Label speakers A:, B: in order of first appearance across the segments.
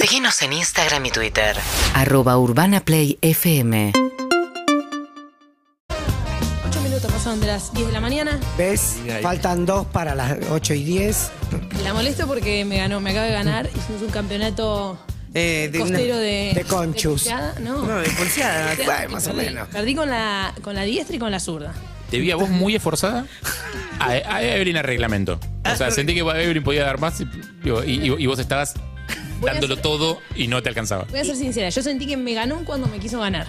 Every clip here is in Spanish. A: Seguinos en Instagram y Twitter.
B: Arroba Urbana Play FM.
C: 8 minutos pasaron de las 10 de la mañana.
D: ¿Ves?
E: Mira ahí.
D: Faltan dos para las 8 y 10.
C: Y La molesto porque me ganó, me acaba de ganar. Hicimos un campeonato
D: Eh, de una-
C: costero de.
D: de conchus.
C: de pulseada, no.
D: No, de pulseada, bueno, más o
C: Perdí.
D: menos.
C: Perdí con la, con la diestra y con la zurda.
E: Te vi a vos muy esforzada. A, a Evelyn a reglamento. O sea, sentí que Evelyn podía dar más y, digo, y- y- y vos estabas
C: Voy a
E: dándolo
C: hacer-
E: todo y no te alcanzaba.
C: Voy a ser sincera, yo sentí que me ganó cuando me quiso ganar.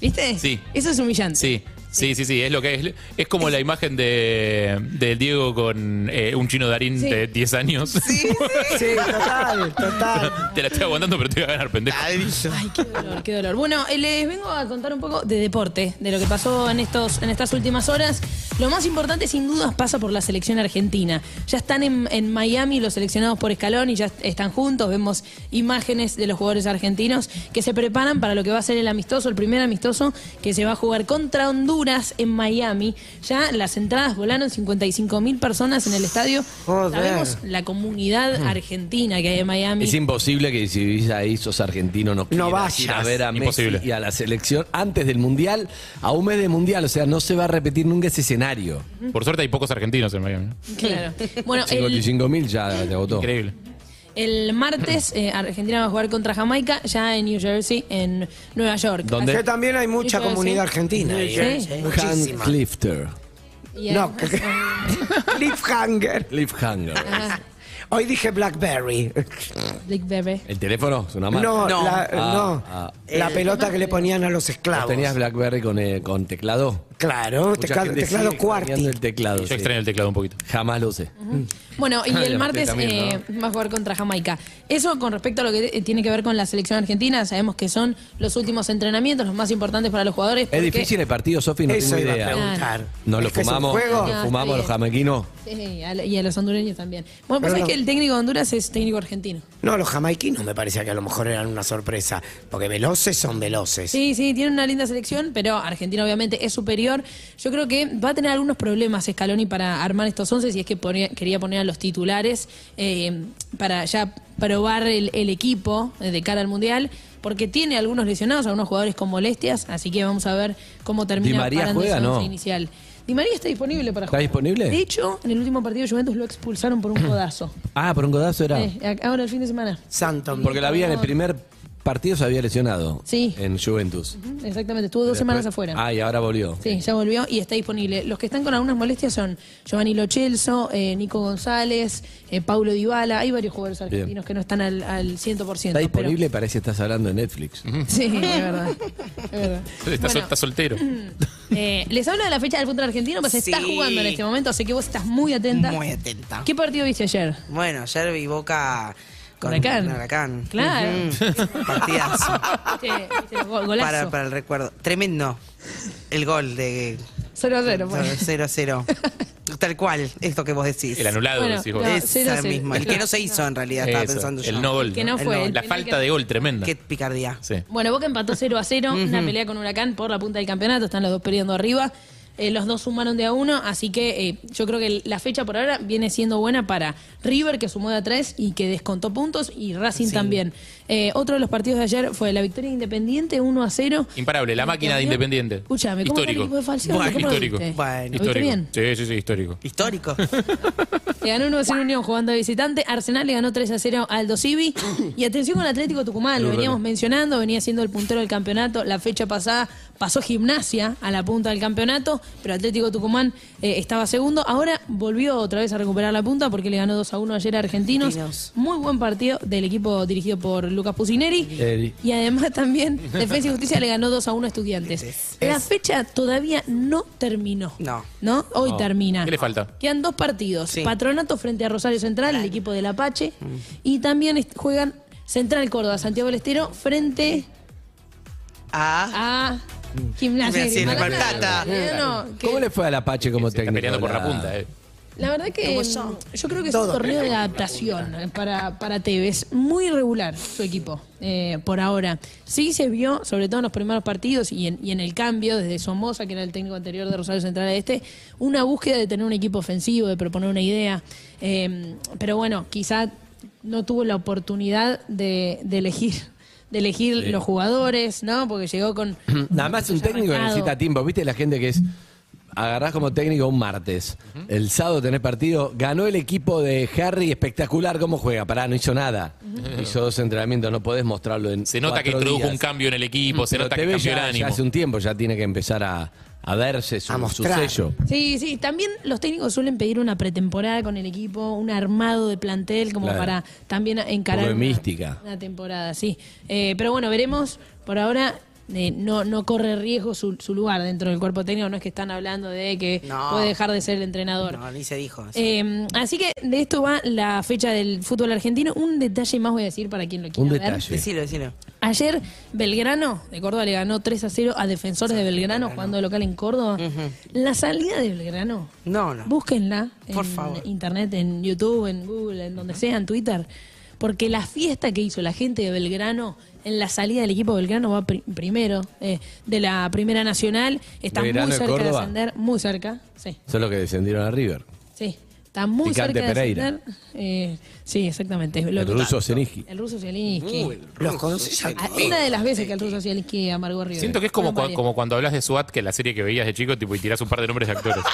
C: ¿Viste?
E: Sí.
C: Eso es humillante.
E: Sí, sí, sí, sí, es lo que es. Es como la imagen de, del Diego con eh, un chino darín
C: Sí.
E: de 10 años.
D: Sí, total, total.
E: te la estoy aguantando, pero te voy a ganar, pendejo.
C: Ay, qué dolor, qué dolor. Bueno, eh, les vengo a contar un poco de deporte, de lo que pasó en, estos, en estas últimas horas. Lo más importante, sin dudas, pasa por la selección argentina. Ya están en, en Miami los seleccionados por escalón y ya están juntos. Vemos imágenes de los jugadores argentinos que se preparan para lo que va a ser el amistoso, el primer amistoso que se va a jugar contra Honduras en Miami. Ya las entradas volaron 55 mil personas en el estadio.
D: Joder.
C: Sabemos la comunidad argentina que hay en Miami.
F: Es imposible que si vivís ahí, sos argentino, no, quieras
D: vayas.
F: ir a ver a
E: Imposible.
F: Messi y a la selección antes del Mundial, a un mes de Mundial. O sea, no se va a repetir nunca ese escenario.
E: Por suerte hay pocos argentinos en Miami.
C: Claro. Bueno, el,
F: 55.000 ya te
G: Oh.
F: agotó.
E: Increíble.
C: El martes eh, Argentina va a jugar contra Jamaica, ya en New Jersey, en Nueva York.
F: ¿Dónde?
D: Que también hay mucha
C: Sí, sí.
D: comunidad argentina. ahí,
C: Sí.
D: ¿eh?
C: Sí.
D: Muchísima.
F: Clifter.
C: Y eh,
D: No,
C: además,
D: que- Cliffhanger.
F: Cliffhanger.
C: ah,
D: Hoy dije Blackberry.
C: Black Bebe.
F: ¿El teléfono? ¿Es una marca?
D: No, la,
F: Ah,
D: no.
F: ah.
C: eh,
D: la pelota que le ponían a los
F: ¿Vos
D: esclavos.
F: ¿Tenías BlackBerry con, eh, con teclado?
D: Claro,
F: Mucha
D: teclado,
F: gente
D: teclado
F: sigue extrañando
D: cuarti.
F: El teclado,
E: Yo
F: sí.
E: extraño el teclado un poquito.
F: Jamás lo usé.
C: Bueno, y el
F: Yo
C: martes
F: también,
C: eh, va a jugar contra Jamaica. Eso con respecto a lo que eh, tiene que ver con la selección argentina, sabemos que son los últimos entrenamientos, los más importantes para los jugadores.
F: Es
C: porque-
F: difícil el partido, Sofi, no
D: Eso
F: tengo
D: iba a
F: idea.
D: preguntar.
F: Nos lo
D: Es que es un
F: fumamos,
D: juego.
F: nos lo
C: No,
F: fumamos
C: está
F: los
C: bien.
F: jamaiquinos.
C: Sí, a la- eh, y a los hondureños también. Bueno, pues
D: Pero
C: es
D: no.
C: que el técnico de Honduras es técnico argentino.
D: No, los jamaiquinos me parecía que a lo mejor eran una sorpresa. Porque veloces son veloces.
C: Sí, sí, tiene una linda selección, pero Argentina obviamente es superior. Yo creo que va a tener algunos problemas Scaloni para armar estos 11, si es que ponía- quería poner a los titulares eh, para ya probar el, el equipo eh, de cara al Mundial, porque tiene algunos lesionados, algunos jugadores con molestias, así que vamos a ver cómo termina
F: María
C: parando
F: juega,
C: ese
F: no?
C: once inicial. Di María está disponible para
F: ¿Está
C: jugar.
F: disponible?
C: De hecho, en el último partido de Juventus lo expulsaron por un codazo.
F: Ah, por un codazo era.
C: Eh, ahora el fin de semana.
D: Santo.
F: Porque la había en el primer partido se había lesionado.
C: Sí.
F: En Juventus.
C: Exactamente, estuvo dos
F: Después-
C: semanas afuera.
F: Ah, y ahora volvió.
C: Sí, ya volvió y está disponible. Los que están con algunas molestias son Giovanni Lochelso, eh, Nico González, eh, Paulo Dybala. Hay varios jugadores argentinos
F: Bien.
C: que no están al, al 100%.
F: Está disponible, parece que estás hablando de Netflix.
C: pero- sí, es verdad. es verdad.
E: Estás,
C: Bueno,
E: estás soltero.
C: eh, les hablo de la fecha del fútbol argentino, pues se está
G: Sí.
C: jugando en este momento, así que vos estás muy atenta.
G: Muy atenta.
C: ¿Qué partido viste ayer?
G: Bueno, ayer vi Boca con
C: Huracán.
G: Huracán.
C: Claro.
G: Ujú. Partidazo.
C: Viste- viste el go- golazo.
G: para, para el recuerdo. Tremendo. El gol de
C: Cero a cero, pues.
G: 0-0. Tal cual, esto que vos decís.
E: El anulado,
C: Bueno,
E: decís vos.
C: no,
G: Esa
C: cero a cero.
G: misma. El que no se hizo en realidad, estaba
E: Eso,
G: pensando yo.
E: el no gol.
C: Que no
E: ¿no?
G: El
C: fue.
G: no,
C: el
E: La
C: penal que
E: falta de gol tremenda.
G: Qué picardía.
E: Sí.
C: Bueno, Boca empató 0 a 0, una pelea con Huracán por la punta del campeonato, están los dos peleando arriba. Eh, los dos sumaron de a uno, así que eh, yo creo que el- la fecha por ahora viene siendo buena para River, que sumó de a tres y que descontó puntos, y Racing también. Eh, otro de los partidos de ayer fue la victoria de independiente 1 a 0.
E: Imparable, la máquina de Independiente.
C: Escúchame, ¿cómo está el
E: histórico.
C: equipo de Falcioni?
E: Bueno,
C: ¿Cómo lo
E: histórico.
C: viste?
G: Bueno. ¿Lo
C: viste
E: histórico.
C: bien?
E: Sí, sí, sí, histórico.
G: Histórico.
C: Le ganó 1 a 0 Unión jugando de visitante. Arsenal le ganó 3 a 0 Aldo Civi. Y atención con Atlético Tucumán, lo veníamos mencionando, venía siendo el puntero del campeonato. La fecha pasada pasó gimnasia a la punta del campeonato, pero Atlético Tucumán eh, estaba segundo. Ahora volvió otra vez a recuperar la punta porque le ganó 2 a 1 ayer a Argentinos.
G: Argentinos.
C: Muy buen partido del equipo dirigido por Lucas Pusineri.
F: Eri.
C: Y además también Defensa y Justicia le ganó 2 a 1 a Estudiantes. La fecha todavía no terminó.
G: No.
C: ¿No? Hoy termina.
E: ¿Qué le falta?
C: Quedan dos partidos.
G: Sí. Mm.
C: Patronato frente a Rosario Central, el equipo del Apache. Y también est- juegan Central Córdoba, Santiago del Estero, frente
G: Ah,
C: a Gimnasia.
G: Gimnasia
C: de
G: de
C: Esgrima.
G: Patata.
C: Mariano, que-
F: ¿Cómo le fue al Apache como
E: Está
F: técnico?
E: peleando por la punta, eh.
C: La verdad que mm, yo creo que es un torneo de adaptación eh, para, para Tevez. Muy regular su equipo eh, por ahora. Sí se vio, sobre todo en los primeros partidos y en, y en el cambio desde Somoza, que era el técnico anterior de Rosario Central a este, una búsqueda de tener un equipo ofensivo, de proponer una idea. Eh, pero bueno, quizá no tuvo la oportunidad de, de elegir, de elegir los jugadores, ¿no? Porque llegó con.
F: Nada más un
C: Ya
F: técnico que
C: arrancado.
F: necesita tiempo. ¿Viste la gente que es... Agarrás como técnico un martes. El sábado tenés partido. Ganó el equipo de Harry. Espectacular cómo juega. Pará, no hizo nada. Hizo dos entrenamientos. No podés mostrarlo en
E: Se nota que
F: cuatro
E: introdujo
F: días.
E: un cambio en el equipo, se
F: Pero
E: nota que
F: TV ya-
E: cambió el
F: ya
E: ánimo.
F: hace un tiempo ya tiene que empezar a, a verse su,
D: A
F: su
D: mostrar.
F: sello.
C: Sí, sí, también los técnicos suelen pedir una pretemporada con el equipo, un armado de plantel como
F: Claro.
C: para también encarar
F: Poco de
C: una,
F: mística.
C: una temporada, sí. Eh, pero bueno, veremos. Por ahora eh, no, no corre riesgo su, su lugar dentro del cuerpo técnico, no es que están hablando de que
G: No.
C: puede dejar de ser el entrenador.
G: No, ni se dijo. eso.
C: Eh, así que de esto va la fecha del fútbol argentino. Un detalle más voy a decir para quien lo quiera
F: Un
C: ver.
F: detalle.
G: Decilo, decilo.
C: Ayer Belgrano de Córdoba le ganó 3 a 0 a Defensores de Belgrano jugando de local en Córdoba. La salida de Belgrano,
G: No, no.
C: búsquenla
G: Por
C: en
G: favor.
C: internet, en YouTube, en Google, en donde sea, en Twitter. Porque la fiesta que hizo la gente de Belgrano en la salida del equipo de Belgrano va pri- primero eh, de la Primera Nacional. Está
F: ¿Belgrano
C: muy
F: de
C: cerca de,
F: Córdoba?
C: ascender, muy cerca. Sí.
F: Son los que descendieron a River.
C: Sí, está muy
F: Picante
C: cerca de
F: Pereira.
C: ascender. Eh, sí, exactamente. Lo
F: El
C: que-
F: ruso Zelinsky.
C: El ruso Zielinski.
D: Los conoces ya
C: Ah,
D: todos.
C: Una de las veces que el ruso Zielinski amargó a River.
E: Siento que es como,
C: Fueron
E: cua-
C: varias.
E: como cuando hablas de SWAT, que es la serie que veías de chico, tipo, y tirás un par de nombres de actores.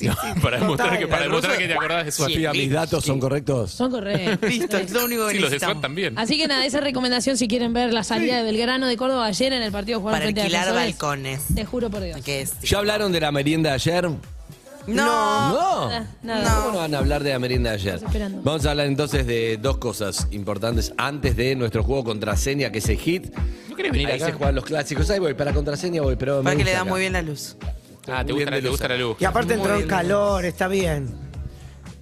E: No, para demostrar, que, para
G: El
E: demostrar
G: ruso-
E: que te acordás de SWAT.
G: Sí,
E: Sí,
F: Mira, mis datos son correctos.
C: Son correctos.
G: Listo, es lo único
E: los
G: que
E: de SWAT
G: necesitamos.
E: también.
C: Así que nada, esa recomendación si quieren ver la salida de Belgrano de Córdoba ayer en el partido jugaron
G: Para
C: frente a
G: alquilar
C: Defensores.
G: balcones.
C: Te juro por Dios.
G: Que es-
F: ¿Ya hablaron de la merienda de ayer?
G: No.
F: No.
C: Nada, nada.
F: ¿Cómo no van a hablar de la merienda de ayer?
C: Estamos esperando.
F: Vamos a hablar entonces de dos cosas importantes antes de nuestro juego contraseña, que es el hit.
E: ¿No querés venir
F: Ahí se
E: acá?
F: juegan los clásicos. Ahí voy, para contraseña voy, pero. me
G: Para que le
F: gusta
G: da
F: acá.
G: muy bien la luz.
E: Ah, te
F: Muy
E: gusta, la-
F: bien
E: te gusta la
F: de
E: luz.
D: Y aparte entró en
G: bien.
D: calor, está bien.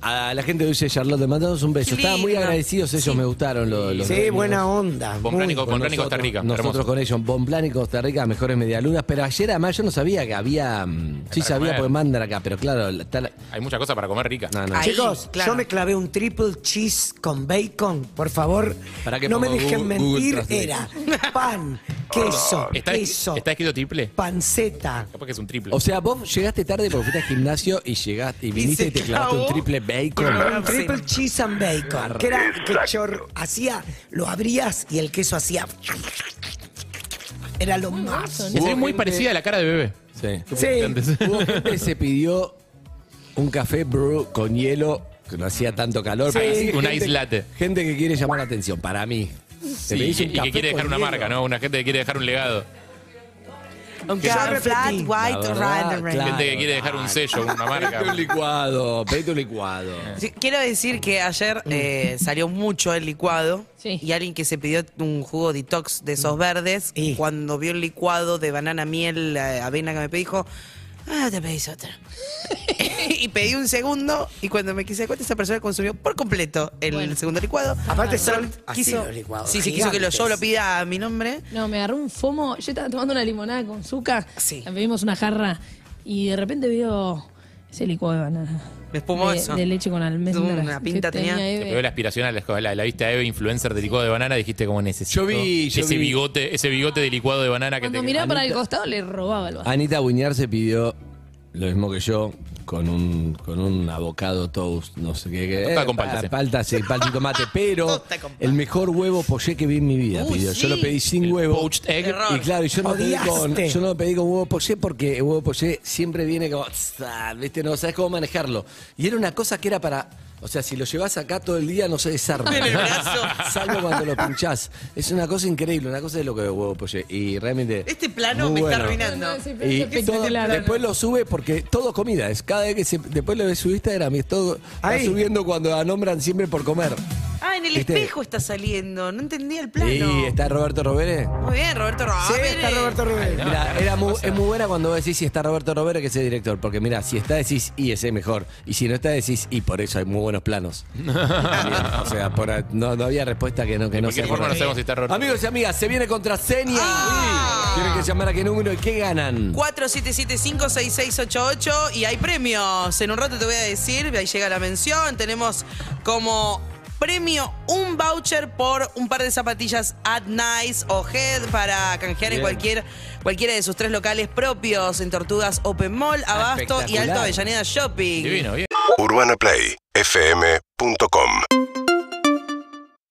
F: A la gente de Dulce Charlotte, mandamos un beso.
G: Qué
F: Estaban muy
G: lindo.
F: agradecidos, ellos me gustaron los. los
D: Sí,
F: amigos.
D: buena onda.
E: Con
D: muy-
E: Plánico- con Plánico Costa Rica.
F: Nosotros
E: hermoso.
F: con ellos, Bonplan y Costa Rica, mejores medialunas. Pero ayer además yo no sabía que había. mm, Sí,
E: para
F: sabía
E: comer.
F: porque mandan acá, pero claro, está la-
E: Hay muchas cosas para comer rica.
F: No, no.
G: Ahí,
D: Chicos,
G: claro.
D: yo me clavé un triple cheese con bacon. Por favor,
F: Pará que
D: no me
F: pongo
D: dejen
F: Google-
D: mentir.
F: Google Translate.
D: Era pan, queso,
E: ¿Está,
D: queso,
E: ¿Está escrito triple?
D: panceta.
E: Capaz que es un triple.
F: O sea, vos llegaste tarde porque fuiste al gimnasio y llegaste y viniste
G: se
F: y, te clavaste un
G: clavó.
F: triple bacon.
D: Un triple cheese and bacon. Que era que chor, hacía, lo abrías y el queso hacía. Era lo más.
E: es muy
F: gente-
E: parecida a la cara de bebé.
F: Sí.
D: Sí,
F: Hubo gente que se pidió un café brew con hielo, que no hacía tanto calor.
D: Sí.
F: Para mí,
E: Un
F: gente-
E: ice latte.
F: Gente que quiere llamar la atención, para mí. Te
E: Sí,
F: pedís un
E: y que
F: café
E: quiere dejar
F: con
E: una
F: hielo.
E: marca, ¿no? Una gente que quiere dejar un legado.
G: Aunque
D: Ya
G: sea flat,
D: repetí.
F: La
G: white,
F: verdad,
G: red, red.
F: claro.
E: Gente que quiere dejar un sello, una
F: Pedite un
E: marca.
F: licuado, pedite un licuado.
G: Sí, Quiero decir que ayer eh,
D: Mm.
G: salió mucho el licuado
C: Sí.
G: y alguien que se pidió un jugo detox de
D: Mm.
G: esos verdes,
D: Y-
G: cuando vio el licuado de banana, miel, eh, avena que me pedí, dijo, ah, te pedís otro. y pedí un segundo y cuando me quise dar cuenta, esa persona consumió por completo el
C: Bueno.
G: segundo licuado.
D: Aparte
G: Solo
D: son así los licuados,
G: Sí, sí, quiso que lo, yo lo
D: gigantes.
G: pida a mi nombre.
C: No, me agarró un fomo. Yo estaba tomando una limonada con azúcar.
G: Sí.
C: Bebimos una jarra y de repente veo ese licuado de banana.
G: Me espumó
C: de,
G: eso.
C: de leche con almendras.
G: Una
C: que
G: pinta tenía.
E: Te
C: Eve.
E: pegó la aspiración a la, la, la vista de Eve, influencer de licuado de banana, dijiste como necesito
F: Yo vi- yo
E: ese
F: vi.
E: bigote, ese bigote de licuado de banana que
C: Cuando
E: te
C: miraba para el costado le robaba el vaso.
F: Anita Buñar se pidió lo mismo que yo, con un, con un avocado toast, no sé qué. qué.
E: Tosta con palta,
F: pa-
E: sí.
F: palta, sí, palta y tomate. Pero
G: Tosta con palta.
F: el mejor huevo poché que vi en mi vida
G: Uy,
F: pidió. Yo lo
G: sí.
F: pedí sin
E: El
F: huevo.
E: poached egg.
F: Y claro, yo no, pedí con,
D: Odiaste.
F: yo no lo pedí con huevo poché porque el huevo poché siempre viene como... "Tsa", ¿Viste? No sabes cómo manejarlo. Y era una cosa que era para... O sea, si lo llevas acá todo el día no se desarma.
G: En el brazo.
F: Salvo cuando lo pinchás. Es una cosa increíble, una cosa de lo que huevo poché. Y realmente...
G: Este plano
F: muy
G: me está
F: bueno.
G: arruinando.
C: No, sí, pero es
F: Y todo-
C: espectacular.
F: después lo sube porque todo comida es. Cada vez que se- después lo ves su Instagram y es todo va
D: Ahí.
F: subiendo cuando la nombran siempre por comer.
G: Ah, en el
F: Este-
G: espejo está saliendo. No entendía el plano.
F: Y está Roberto Robere.
G: Muy bien, Roberto Rojas.
D: Sí, está Roberto Rubén.
F: Mira, era mu- es muy buena cuando vos decís si está Roberto Robere que es el director, porque mira, si está decís y ese es mejor, y si no está decís y por eso hay muy buenos planos. También, o sea, por a- no, no había respuesta que no que no sea
E: cualquier forma no
F: correcta.
E: sabemos si está Roberto. Ah.
F: Amigos y amigas, se viene contraseña. Tienen que llamar a qué número y qué ganan.
G: 47756688 y hay premios. En un rato te voy a decir, ahí llega la mención. Tenemos como premio un voucher por un par de zapatillas at nice o head para canjear en
F: Bien.
G: cualquier cualquiera de sus tres locales propios en Tortugas Open Mall, Abasto y
F: espectacular.
G: Alto Avellaneda Shopping.
E: Divino, bien.
H: UrbanaPlayFM.com